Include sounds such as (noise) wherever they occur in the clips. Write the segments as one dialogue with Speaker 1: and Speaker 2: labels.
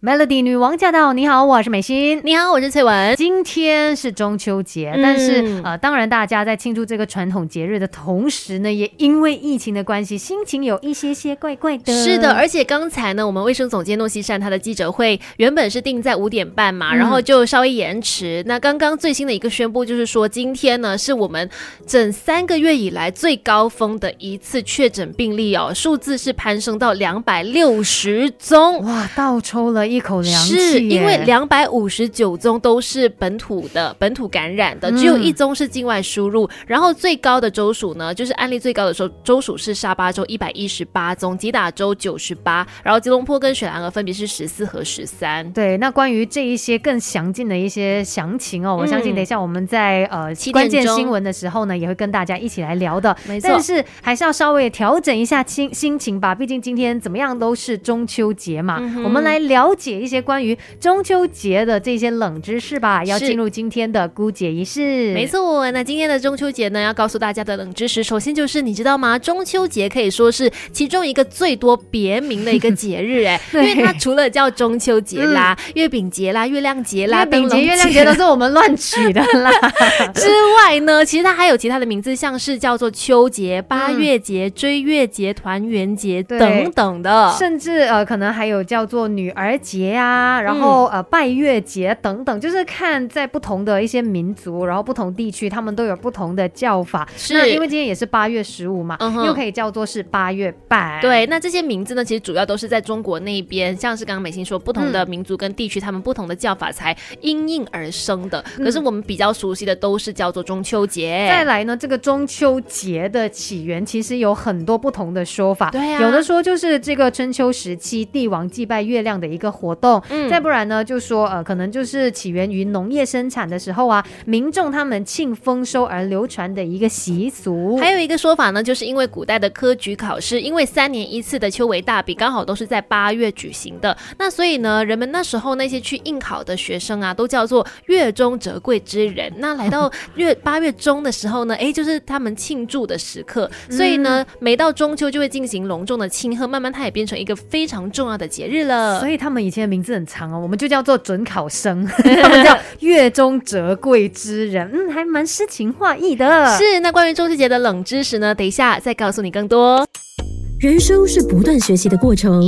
Speaker 1: Melody 女王驾到！你好，我是美心。
Speaker 2: 你好，我是翠文。
Speaker 1: 今天是中秋节，
Speaker 2: 嗯
Speaker 1: 但是呃，当然大家在庆祝这个传统节日的同时呢，也因为疫情的关系，心情有一些些怪怪的。
Speaker 2: 是的，而且刚才呢，我们卫生总监诺西善他的记者会原本是定在五点半嘛，然后就稍微延迟。那刚刚最新的一个宣布就是说，今天呢是我们整三个月以来最高峰的一次确诊病例哦，数字是攀升到两百六十宗。
Speaker 1: 哇，倒抽了一口凉气耶，
Speaker 2: 是因为两百五十九宗都是本土的本土感染的，
Speaker 1: 嗯
Speaker 2: 只有一宗是境外输入。然后最高的州属呢，就是案例最高的州州属是沙巴州一百一十八宗，吉打州九十八，然后吉隆坡跟雪兰莪分别是十四和十三。
Speaker 1: 对，那关于这一些更详尽的一些详情哦，我相信
Speaker 2: 嗯
Speaker 1: 等一下我们在呃
Speaker 2: 七点
Speaker 1: 关键
Speaker 2: 钟
Speaker 1: 新闻的时候呢，也会跟大家一起来聊的。
Speaker 2: 没错
Speaker 1: 但是还是要稍微调整一下心心情吧，毕竟今天怎么样都是中秋节嘛。
Speaker 2: 嗯哼
Speaker 1: 我们来了解一些关于中秋节的这些冷知识吧。要
Speaker 2: 是
Speaker 1: 进入今天的姑姐仪式，
Speaker 2: 没。错，那今天的中秋节呢，要告诉大家的冷知识，首先就是你知道吗？中秋节可以说是其中一个最多别名的一个节日，
Speaker 1: (laughs)
Speaker 2: 哎，因
Speaker 1: 对嗯
Speaker 2: 为它除了叫中秋节啦、月饼节啦、月亮节啦、
Speaker 1: 月饼
Speaker 2: 灯笼
Speaker 1: 节、月亮节都是我们乱取的
Speaker 2: (laughs)
Speaker 1: 啦。
Speaker 2: 之外呢，其实它还有其他的名字，像是叫做秋节、八月节、追月节、团圆节
Speaker 1: 嗯对
Speaker 2: 等等的。
Speaker 1: 甚至呃，可能还有叫做女儿节啊，然后、
Speaker 2: 嗯
Speaker 1: 呃拜月节等等，就是看在不同的一些民族，然后不同地区，他们都有不同的叫法。
Speaker 2: 是
Speaker 1: 那因为今天也是八月十五嘛，
Speaker 2: 嗯哼
Speaker 1: 又可以叫做是八月半。。
Speaker 2: 对，那这些名字呢，其实主要都是在中国那边，像是刚刚美心说，不同
Speaker 1: 嗯
Speaker 2: 的民族跟地区，他们不同的叫法才因应而生的。可
Speaker 1: 嗯
Speaker 2: 是我们比较熟悉的都是叫做中秋
Speaker 1: 再
Speaker 2: 节。
Speaker 1: 来呢，这个中秋节的起源其实有很多不同的说法，
Speaker 2: 对啊
Speaker 1: 有的说就是这个春秋时期帝王祭拜月亮的一个活动，
Speaker 2: 嗯
Speaker 1: 再不然呢，就说呃，可能就是起源于农业生产的时候啊，民众他们庆丰收而流传的一个习俗。
Speaker 2: 还有一个说法呢，就是因为古代的科举考试，因为三年一次的秋闱大比刚好都是在八月举行的，那所以呢，人们那时候那些去应考的学生啊，都叫做月中折桂之人。那来到月八月中的时候 (laughs) 呢，诶，就是他们庆祝的时刻，所以呢，每到中秋就会进行隆重的庆贺，慢慢它也变成一个非常重要的节日了
Speaker 1: 所。以他们以前的名字很长哦，我们就叫做准考
Speaker 2: (laughs)
Speaker 1: 生，他们叫月中折桂之人，嗯，还蛮诗情画意的。
Speaker 2: 是，那关于中秋节的冷知识呢，等一下再告诉你更多。
Speaker 3: 人生是不断学习的过程，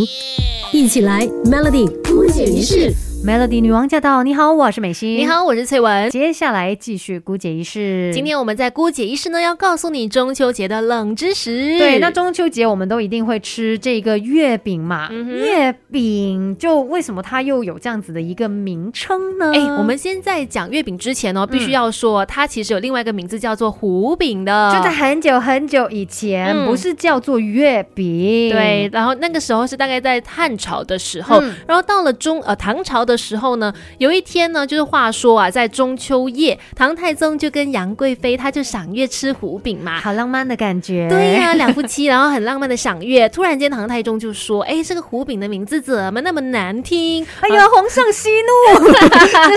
Speaker 3: 一起来 Melody 姑姐仪式。
Speaker 1: Melody 女王驾到，你好，我是美心，
Speaker 2: 你。好，我是翠文。
Speaker 1: 接下来继续姑姐仪式。
Speaker 2: 今天我们在姑姐医师呢，要告诉你中秋节的冷知识。
Speaker 1: 对，那中秋节我们都一定会吃这个月饼嘛。
Speaker 2: 嗯哼
Speaker 1: 月饼就为什么它又有这样子的一个名称呢？
Speaker 2: 哎、我们先在讲月饼之前哦，必须要说，它其实有另外一个名字叫做胡饼的，
Speaker 1: 就在很久很久以前，
Speaker 2: 啊嗯
Speaker 1: 不是叫做月饼，
Speaker 2: 对，，然后那个时候是大概在汉朝的时候，
Speaker 1: 嗯
Speaker 2: 然后到了中呃唐朝的时候呢，有一天呢，就是话说啊，在中秋夜，唐太宗就跟杨贵妃他就赏月吃胡饼嘛。
Speaker 1: 好浪漫的感觉。
Speaker 2: 对呀、两夫妻，然后很浪漫的赏月。突然间，唐太宗就说：“哎，这个胡饼的名字怎么那么难听？
Speaker 1: 哎呦，皇上息怒！
Speaker 2: (laughs)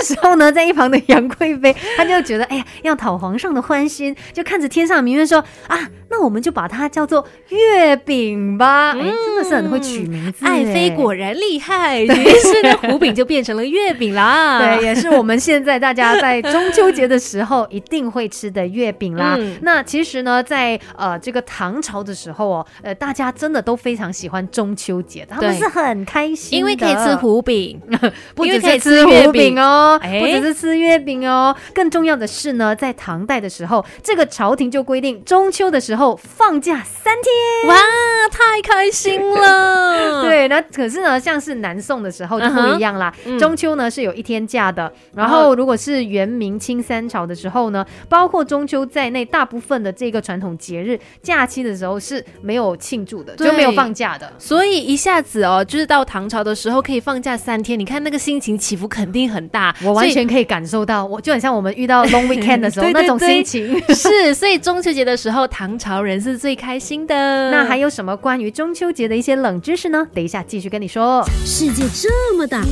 Speaker 1: 这 时候呢，在一旁的杨贵妃，她就觉得，哎呀，要讨皇上的欢心，就看着天上明月说啊，那我们就把它叫做月饼吧。哎，真的是很会取名字。
Speaker 2: 嗯爱妃
Speaker 1: 哎
Speaker 2: 果然厉害，于是呢，胡饼就变成了月饼啦。
Speaker 1: (laughs) 对，，也是我们现在大家在中秋节的时候一定会吃的月饼啦。
Speaker 2: 嗯
Speaker 1: 那其实呢，在呃这个唐朝的时候哦，呃大家真的都非常喜欢中秋节，他们
Speaker 2: 对
Speaker 1: 是很开心的，
Speaker 2: 因为可以吃
Speaker 1: (laughs)
Speaker 2: 胡饼，
Speaker 1: 不
Speaker 2: 因
Speaker 1: 只
Speaker 2: 为可
Speaker 1: 是
Speaker 2: 以
Speaker 1: 吃
Speaker 2: 吃月
Speaker 1: 胡饼哦，
Speaker 2: 饼哎
Speaker 1: 不只是吃月饼哦，更重要的是呢，在唐代的时候，这个朝廷就规定中秋的时候放假三天。
Speaker 2: 哇，太开心了。，
Speaker 1: 对，那可是呢，像是南宋的时候就不一样啦。
Speaker 2: 嗯哼嗯嗯
Speaker 1: 中秋呢是有一天假的，然
Speaker 2: 然
Speaker 1: 后
Speaker 2: 后
Speaker 1: 如果是元明清三朝的时候呢，包括中秋在内，大部分的这个传统节日假期的时候是没有庆祝的，
Speaker 2: 对
Speaker 1: 就没有放假的。
Speaker 2: 所以一下子哦，就是到唐朝的时候可以放假三天，你看那个心情起伏肯定很大。
Speaker 1: 我完
Speaker 2: 所以
Speaker 1: 全可以感受到，我就很像我们遇到
Speaker 2: (laughs)
Speaker 1: long weekend 的时候
Speaker 2: 对对
Speaker 1: 那种
Speaker 2: 对
Speaker 1: 心
Speaker 2: 嗯
Speaker 1: 情。
Speaker 2: 是，所以中秋节的时候，唐朝人是最开心的。
Speaker 1: 那还有什么关于中秋节的一些冷知识呢？等一下继续跟你说。
Speaker 3: 世界这么大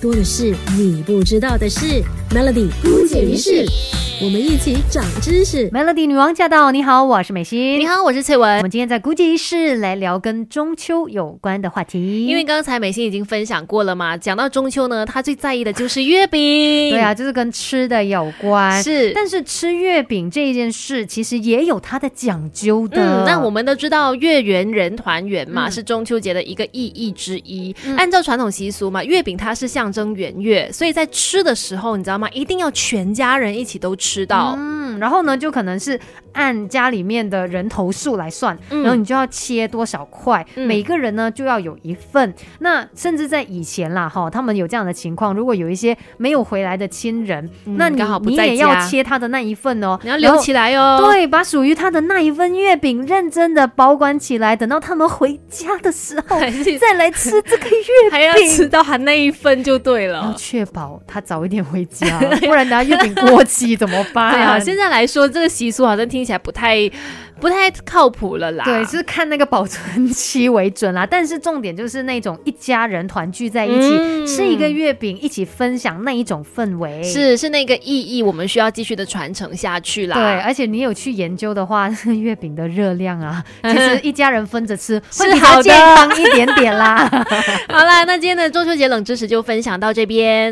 Speaker 3: 多的是你不知道的事。Melody 姑姐仪式。我们一起长知识。
Speaker 1: Melody 女王驾到！你好，我是美心。
Speaker 2: 你，好，我是翠
Speaker 1: 我
Speaker 2: 文。
Speaker 1: 们今天在估计室来聊跟中秋有关的话题，
Speaker 2: 因为刚才美心已经分享过了嘛，讲到中秋呢，她最在意的就是月饼。对
Speaker 1: 对啊，，就是跟吃的有关。
Speaker 2: 是。
Speaker 1: 但是吃月饼这一件事，其实也有它的讲究的。
Speaker 2: 嗯，那我们都知道月圆人团圆嘛，
Speaker 1: 嗯
Speaker 2: 是中秋节的一个意义之一。按照传统习俗嘛，月饼它是象征圆月，所以在吃的时候，你知道吗？一定要全家人一起都吃到。
Speaker 1: 嗯，然后呢，就可能是按家里面的人头数来算，
Speaker 2: 嗯
Speaker 1: 然后你就要切多少块，
Speaker 2: 嗯
Speaker 1: 每个人呢就要有一份。那甚至在以前啦，哈，他们有这样的情况，如果有一些没有回来的亲人，
Speaker 2: 嗯
Speaker 1: 那你
Speaker 2: 刚好不
Speaker 1: 你
Speaker 2: 在
Speaker 1: 也要
Speaker 2: 家
Speaker 1: 切他的那一份哦，
Speaker 2: 你要留起来哦
Speaker 1: 然。后。对，把属于他的那一份月饼认真的保管起来，等到他们回家的时 (laughs) 候
Speaker 2: 还是
Speaker 1: 再来吃这个月
Speaker 2: (laughs) 还要
Speaker 1: 饼
Speaker 2: 吃到他那一份就对
Speaker 1: 要 (laughs)
Speaker 2: 了。
Speaker 1: 确保他早一点回
Speaker 2: (laughs)
Speaker 1: 家，不然等下月饼过期怎么办？
Speaker 2: 对啊，现在来说这个习俗好像听起来不太不太靠谱了啦。
Speaker 1: 对，是看那个保存期为准啦。但是重点就是那种一家人团聚在一起、
Speaker 2: 嗯
Speaker 1: 吃一个月饼，一起分享那一种氛围。。
Speaker 2: 是是那个意义，我们需要继续的传承下去啦。
Speaker 1: 对，而且你有去研究的话， (laughs) 月饼的热量
Speaker 2: (laughs)
Speaker 1: 啊，其实一家人分着吃
Speaker 2: 是
Speaker 1: 会比
Speaker 2: 好
Speaker 1: 较
Speaker 2: 的
Speaker 1: 健康一点点啦。
Speaker 2: 好啦，那今天的中秋节冷知识就分享到这边。